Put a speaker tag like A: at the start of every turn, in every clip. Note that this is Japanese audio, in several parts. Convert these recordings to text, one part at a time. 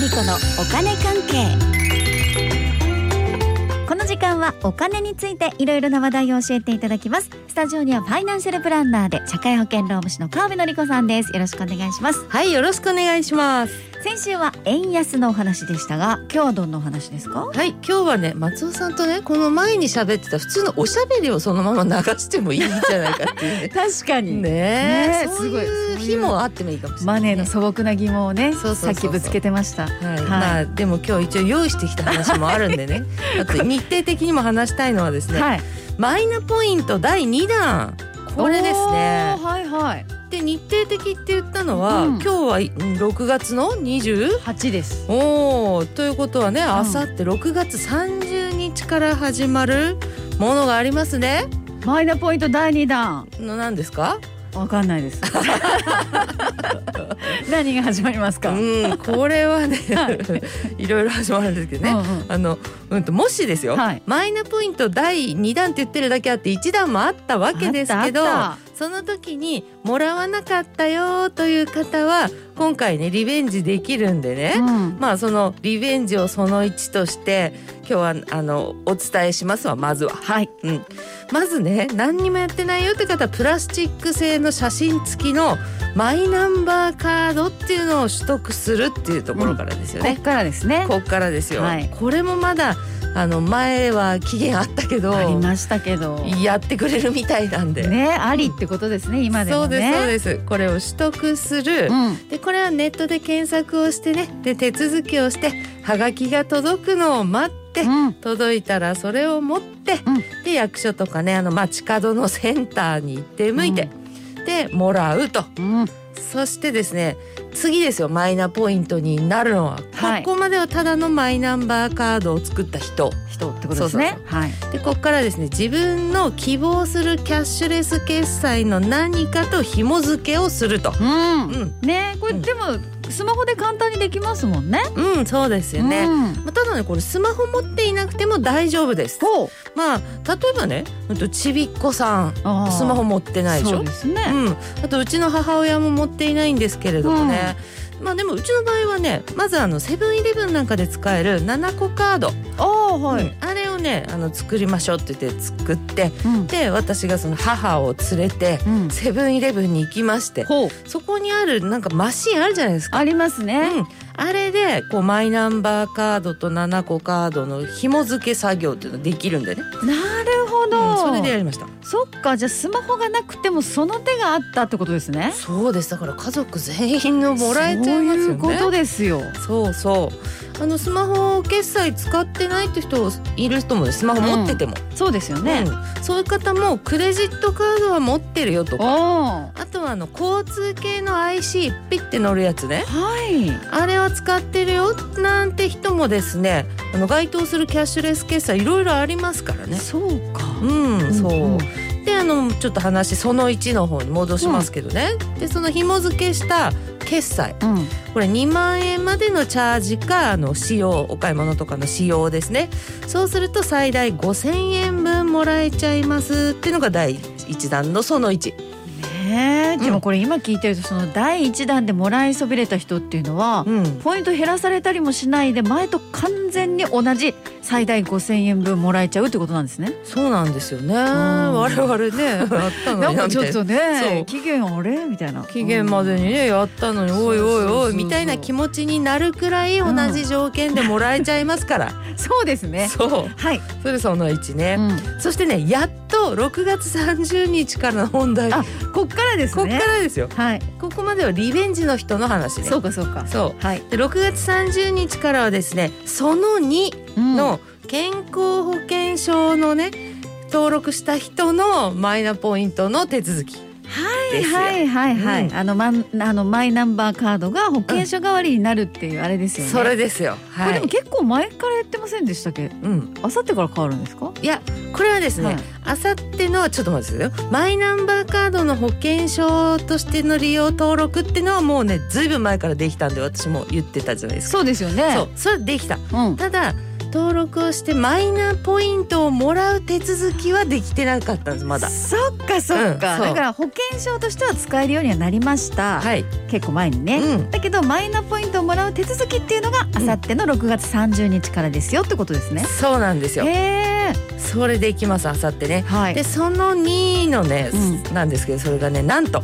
A: 理子のお金関係この時間はお金についていろいろな話題を教えていただきますスタジオにはファイナンシャルプランナーで社会保険労務士の川辺紀子さんですよろしくお願いします
B: はい、よろしくお願いします。
A: 先週は円安のお話でしたが今日はどんなお話ですか。
B: はい、今日はね、松尾さんとね、この前に喋ってた普通のおしゃべりをそのまま流してもいいんじゃないかっていうね
A: 確か
B: ね
A: ね
B: え、
A: え
B: そう
A: す
B: い
A: ご
B: う
A: い
B: 日もあってもいいかもしれな
A: マ
B: い、
A: ネーの素朴な疑問をね
B: そうそうそうそう
A: さっきぶつけてました
B: はい、
A: はい
B: まあ、でも今日一応用意してきた話もあるんで ね。あと日程的にも話したいのはですね、
A: はい
B: マイナポイント第2弾。これですね
A: おーはいはい
B: で、日程的って言ったのは、
A: うん
B: 今日はうん6月の 20?
A: 八です
B: おおということはねあさって6月30日から始まるものがありますね。
A: マイナポイント第二弾
B: の何ですか？
A: わかんないです 何が始まります
B: う
A: か、
B: んこれはね
A: はい
B: いろいろ始まるんですけどね。
A: うんうん
B: あのうんともしですよ、
A: はい
B: マイナポイント第2弾って言ってるだけあって1弾もあったわけですけど
A: あったあっ
B: その時にもらわなかったよという方は今回ねリベンジできるんでね、
A: うん
B: まあそのリベンジをその1として今日はあのお伝えしますわまずは。
A: はい
B: うん、まずね何にもやってないよって方はプラスチック製の写真付きのマイナンバーカードっていうのを取得するっていうところからですよ
A: こっ
B: ね。
A: からですね
B: こっからですよ、
A: はい
B: これもまだあの前は期限あったけど
A: ありましたけど
B: やってくれるみたいなんで、
A: ねありってことですね今で
B: そ
A: も
B: うですそう
A: ね
B: ですこれを取得する、
A: うん
B: でこれはネットで検索をしてねで手続きをしてはがきが届くのを待って、
A: うん
B: 届いたらそれを持って、
A: うん
B: で役所とかねあの街角のセンターに行って向いて、でもらうと
A: うん
B: そしてですね次ですよマイナポイントになるのは、
A: はい
B: ここまではただのマイナンバーカードを作った人
A: 人ってことです
B: そ
A: ね
B: うそ
A: はい
B: でここからですね自分の希望するキャッシュレス決済の何かと紐付けをすると。
A: うん
B: うん、
A: ねこれ
B: うん
A: でもスマホで簡単にできますもんね
B: うん、そうですよね。
A: うん
B: まあただねこれスマホ持っていなくても大丈夫です。
A: ほう
B: まあ例えばね、うんとちびっこさん
A: あー
B: スマホ持ってないでし
A: そ
B: ょ
A: う。ですね
B: うん、あとうちの母親も持っていないんですけれどもね、まあでもうちの場合はねまずあのセブンイレブンなんかで使える7個カード、
A: ああは
B: う
A: い
B: んあれをねあの作りましょうって言って作って
A: うん
B: で私がその母を連れて
A: うん
B: セブンイレブンに行きまして
A: ほう
B: そこにあるなんかマシンあるじゃないですか。
A: ありますね
B: うん、あれでこうマイナンバーカードと7個カードの紐付け作業っていうのできるんでね、
A: なるほ
B: うん、
A: ど
B: それでやりました
A: そっかじゃあスマホがなくてもその手があったってことですね。
B: そうですだから家族全員のもらえちゃいますよね
A: そういうことですよ。
B: そうそうあのスマホ決済使ってないって人いる人もねスマホ持ってても、
A: そうですよね。
B: うんそういう方もクレジットカードは持ってるよと
A: おお
B: かあとはあの交通系の IC ピッて乗るやつね
A: はい。
B: あれは使ってるよなんて人もですねあの該当するキャッシュレス決済いろいろありますからね
A: そうか。
B: うんそう、
A: んん
B: であのちょっと話その1の方に戻しますけどね、でその紐付けした決済
A: うん
B: これ2万円までのチャージかあの使用お買い物とかの使用ですねそうすると最大5,000円分もらえちゃいますっていうのが第1弾のその1、
A: ねえでもこれ今聞いてるとその第一弾でもらいそびれた人っていうのは、
B: うん、
A: ポイント減らされたりもしないで前と完全に同じ最大5000円分もらえちゃうってことなんですね。
B: そうなんですよね我々ねあったの
A: な
B: に
A: んかちょっと
B: そう
A: ね期限あれみたいな。
B: 期限までにねやったのに
A: そう
B: おいおい
A: そう
B: お
A: そう
B: いみたいな気持ちになるくらい同じ条件でもらえちゃいますから、
A: うん。そうです ね。
B: そう
A: はい。
B: それその1ね、
A: うん
B: そしてねやっと6月30日からの本題
A: あこっからです
B: こっ
A: ね。
B: からですよ
A: はい。
B: ここまではリベンジの人の話ね。
A: そうかそうか。
B: そ
A: はい。
B: うで6月30日からはですねその2
A: の、
B: の健康保険証のね登録した人のマイナポイントの手続き
A: はい
B: ですよ
A: はいはいはい、
B: うん
A: あのマンあのマイナンバーカードが保険証代わりになるっていうあれですよね。
B: それ
A: こ
B: ですよ。は
A: れで
B: い
A: も、結構前からやってませんでしたっけ？
B: うん、
A: あさってから変わるんですか？
B: いやこれはです
A: はい
B: ねあさってのちょっと待ってくださいよマイナンバーカードの保険証としての利用登録ってのはもうねずいぶん前からできたんで私も言ってたじゃないですか。
A: そうですよね。
B: そうそれできた
A: うん。
B: ただ登録をしてマイナポイントをもらう手続きはできてなかったんですまだ
A: そっかそっか、
B: うんそう
A: だから保険証としては使えるようにはなりました、
B: はい
A: 結構前にね、
B: うん
A: だけどマイナポイントをもらう手続きっていうのがあさっての6月30日からですよってことですね。
B: そうなんですよ
A: へえ、
B: それでいきますあさってね
A: はい、
B: でその2位のね、
A: う
B: なんですけどそれがねなんと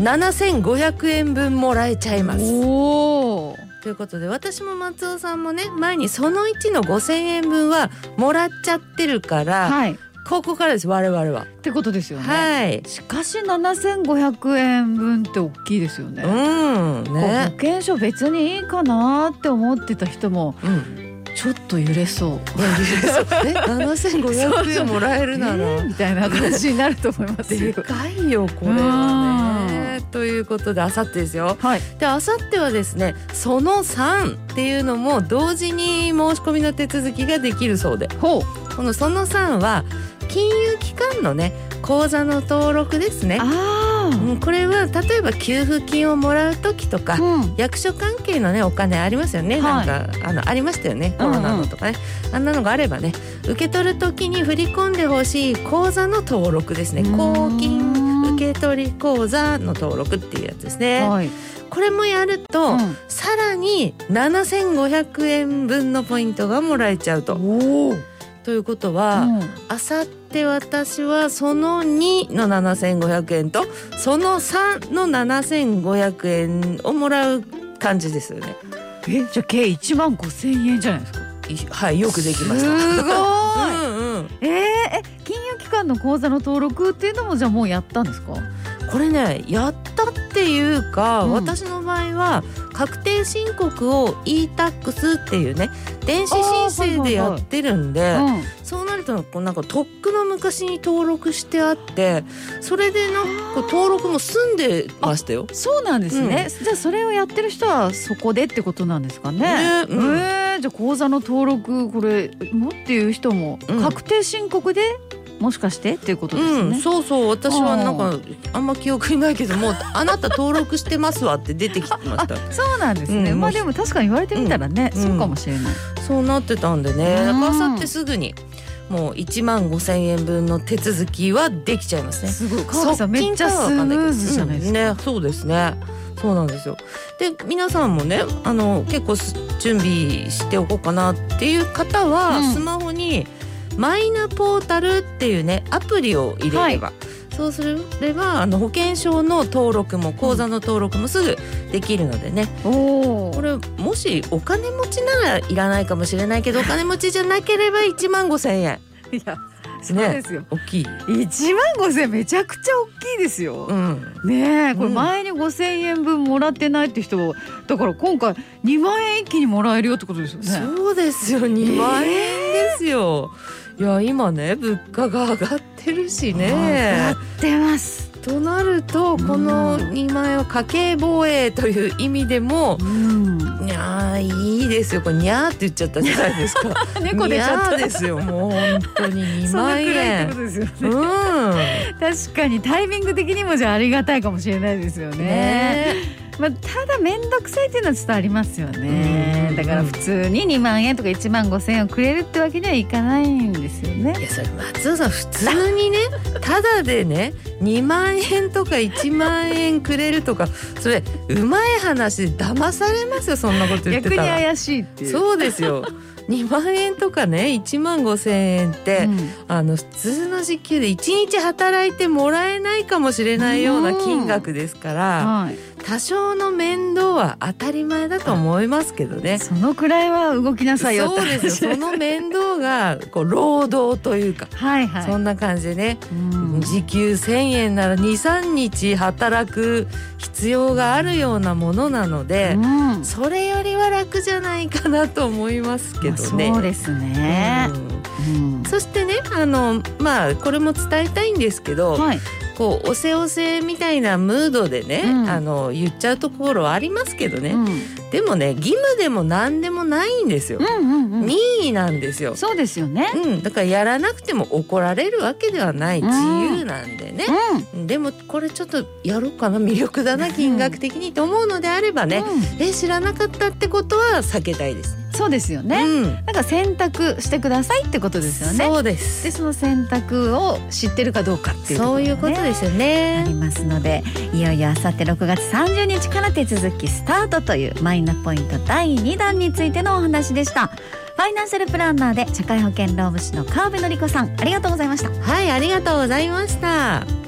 B: 7500円分もらえちゃいます。
A: おお、
B: ということで私も松尾さんもね前にその1の5,000円分はもらっちゃってるから、
A: はい、っ
B: ここからです我々は。
A: てことですよね。
B: はい、
A: しかし7500円分って大きいですよね。
B: うん
A: 保
B: ね、
A: 険証別にいいかなって思ってた人も
B: うん、
A: ちょっと揺れそう。
B: 7500円もらえるなら、
A: えーみたいな話になると思いますよ
B: でか いよこれは
A: う
B: ね。ということであさってですよ。
A: はい。
B: であさってはですねその3っていうのも同時に申し込みの手続きができるそうで
A: ほう。
B: このその3は金融機関のね口座の登録ですね。
A: ああ。
B: うんこれは例えば給付金をもらう時とか、
A: うん。
B: 役所関係のねお金ありますよね、
A: はい
B: なんかあのありましたよねコ
A: うんうん
B: ロナのとかね、あんなのがあればね受け取る時に振り込んでほしい口座の登録ですね公金受け取り口座の登録っていうやつですね。
A: はい。
B: これもやると、さらに7500円分のポイントがもらえちゃうと。
A: おお。
B: ということは、あさって私はその2の7500円とその3の7500円をもらう感じですよね。
A: えじゃあ計一万五千円じゃないですか。
B: いはいよくできました。
A: すごい。
B: うんうん、
A: えー、え金融機関の口座の登録っていうのもじゃあもうやったんですか。
B: これねやったっていうか、
A: うん
B: 私の場合は確定申告を e-tax っていうね電子申請でやってるんで、
A: うん。
B: そうなるとこうなんかとっくの昔に登録してあってそれでなんかこう登録も済んでましたよ。
A: そうなんですね、じゃあそれをやってる人はそこでってことなんですかね。
B: ねうん
A: えーじゃあ口座の登録これ持っていう人も
B: うん
A: 確定申告で、もしかしてっていうことです
B: う
A: よ
B: ん、
A: ね。
B: そうそう私はなん
A: あ
B: かあんま記憶にないけど もうあなた登録してますわって出てきてました
A: そうなんですね、
B: うん
A: まあでも確かに言われてみたらね、
B: うん
A: そうかもしれない。
B: そうなってたんでね
A: うん
B: だからあさってすぐにもう1万5千円分の手続きはできちゃいますね。
A: すごい川口さんめっちゃスムーズじゃないですか。
B: うんね、そうですね。そうなんですよ。で、皆さんもね、あの結構す準備しておこうかなっていう方は、
A: うん
B: スマホにマイナポータルっていうねアプリを入れれば。そうすればあの保険証の登録も口座の登録もすぐできるのでね、
A: お
B: こ
A: お。
B: れもしお金持ちならいらないかもしれないけどお金持ちじゃなければ1万5千円
A: いやそうですよ。
B: 大きい、
A: 一万五千めちゃくちゃ大きいですよ。
B: うん、
A: ねえこ
B: う
A: れ
B: ん
A: 前に5,000円分もらってないって人だから今回2万円一気にもらえるよってことですよね。
B: そうですよ2万円ですよ、いや今ね物価が上がってるし
A: や
B: ね
A: ってます。
B: となるとこの2万円を家計防衛という意味でも
A: うん、
B: にゃーいいですよこれにゃーって言っちゃったじゃないですか
A: 猫出ちゃった
B: にゃーですよもう本当に2
A: そんな
B: 万
A: くらいって
B: 円
A: ことですよね。
B: うん
A: 確かにタイミング的にもじゃあありがたいかもしれないですよね。
B: ね
A: まあただ面倒くさいっていうのはちょっとありますよね。
B: うん
A: だから普通に2万円とか1万5,000円をくれるってわけにはいかないんですよね
B: い。やそれ松尾さん普通にねただでね2万円とか1万円くれるとかそれうまい話で騙されますよそんなこと言って
A: 逆に
B: たら。
A: 怪しいっていう。
B: そうですよ2万円とかね1万5千円って、
A: うん
B: あの普通の時給で1日働いてもらえないかもしれないような金額ですから、
A: はい。
B: 多少の面倒は当たり前だと思いますけどね。
A: そのくらいは動きなさいよって
B: そう
A: 話
B: ですよその面倒がこう労働というか、
A: はいはい。
B: そんな感じでね
A: うん
B: 時給1,000円なら23日働く必要があるようなものなので、
A: うん
B: それよりは楽じゃないかなと思いますけどね。
A: まあそうですね。うん
B: うんそしてねあのまあこれも伝えたいんですけど、
A: はい。
B: こうおせおせみたいなムードでね、
A: うん
B: あの言っちゃうところはありますけどね、
A: うん
B: でもね義務でも何でもないんですよ、
A: うんうんうん。
B: 任意なんですよ、
A: そうですよね。
B: うん、だからやらなくても怒られるわけではない
A: うん
B: 自由なんでね、
A: うん。
B: でもこれちょっとやろうかな魅力だな金額的にと思うのであればね、
A: うん
B: え知らなかったってことは避けたいですね。
A: そうですよね、
B: うん
A: なんか選択してくださいってことですよね
B: そうで。
A: ですその選択を知ってるかどうかっていうとこ
B: そう
A: ろがね、
B: いうことですよ
A: あり
B: ね。
A: ますのでいよいよあさって6月30日から手続きスタートというマイナポイント第2弾についてのお話でしたファイナンシャルプランナーで社会保険労務士の川辺典子さんありがとうございました
B: はい、ありがとうございました。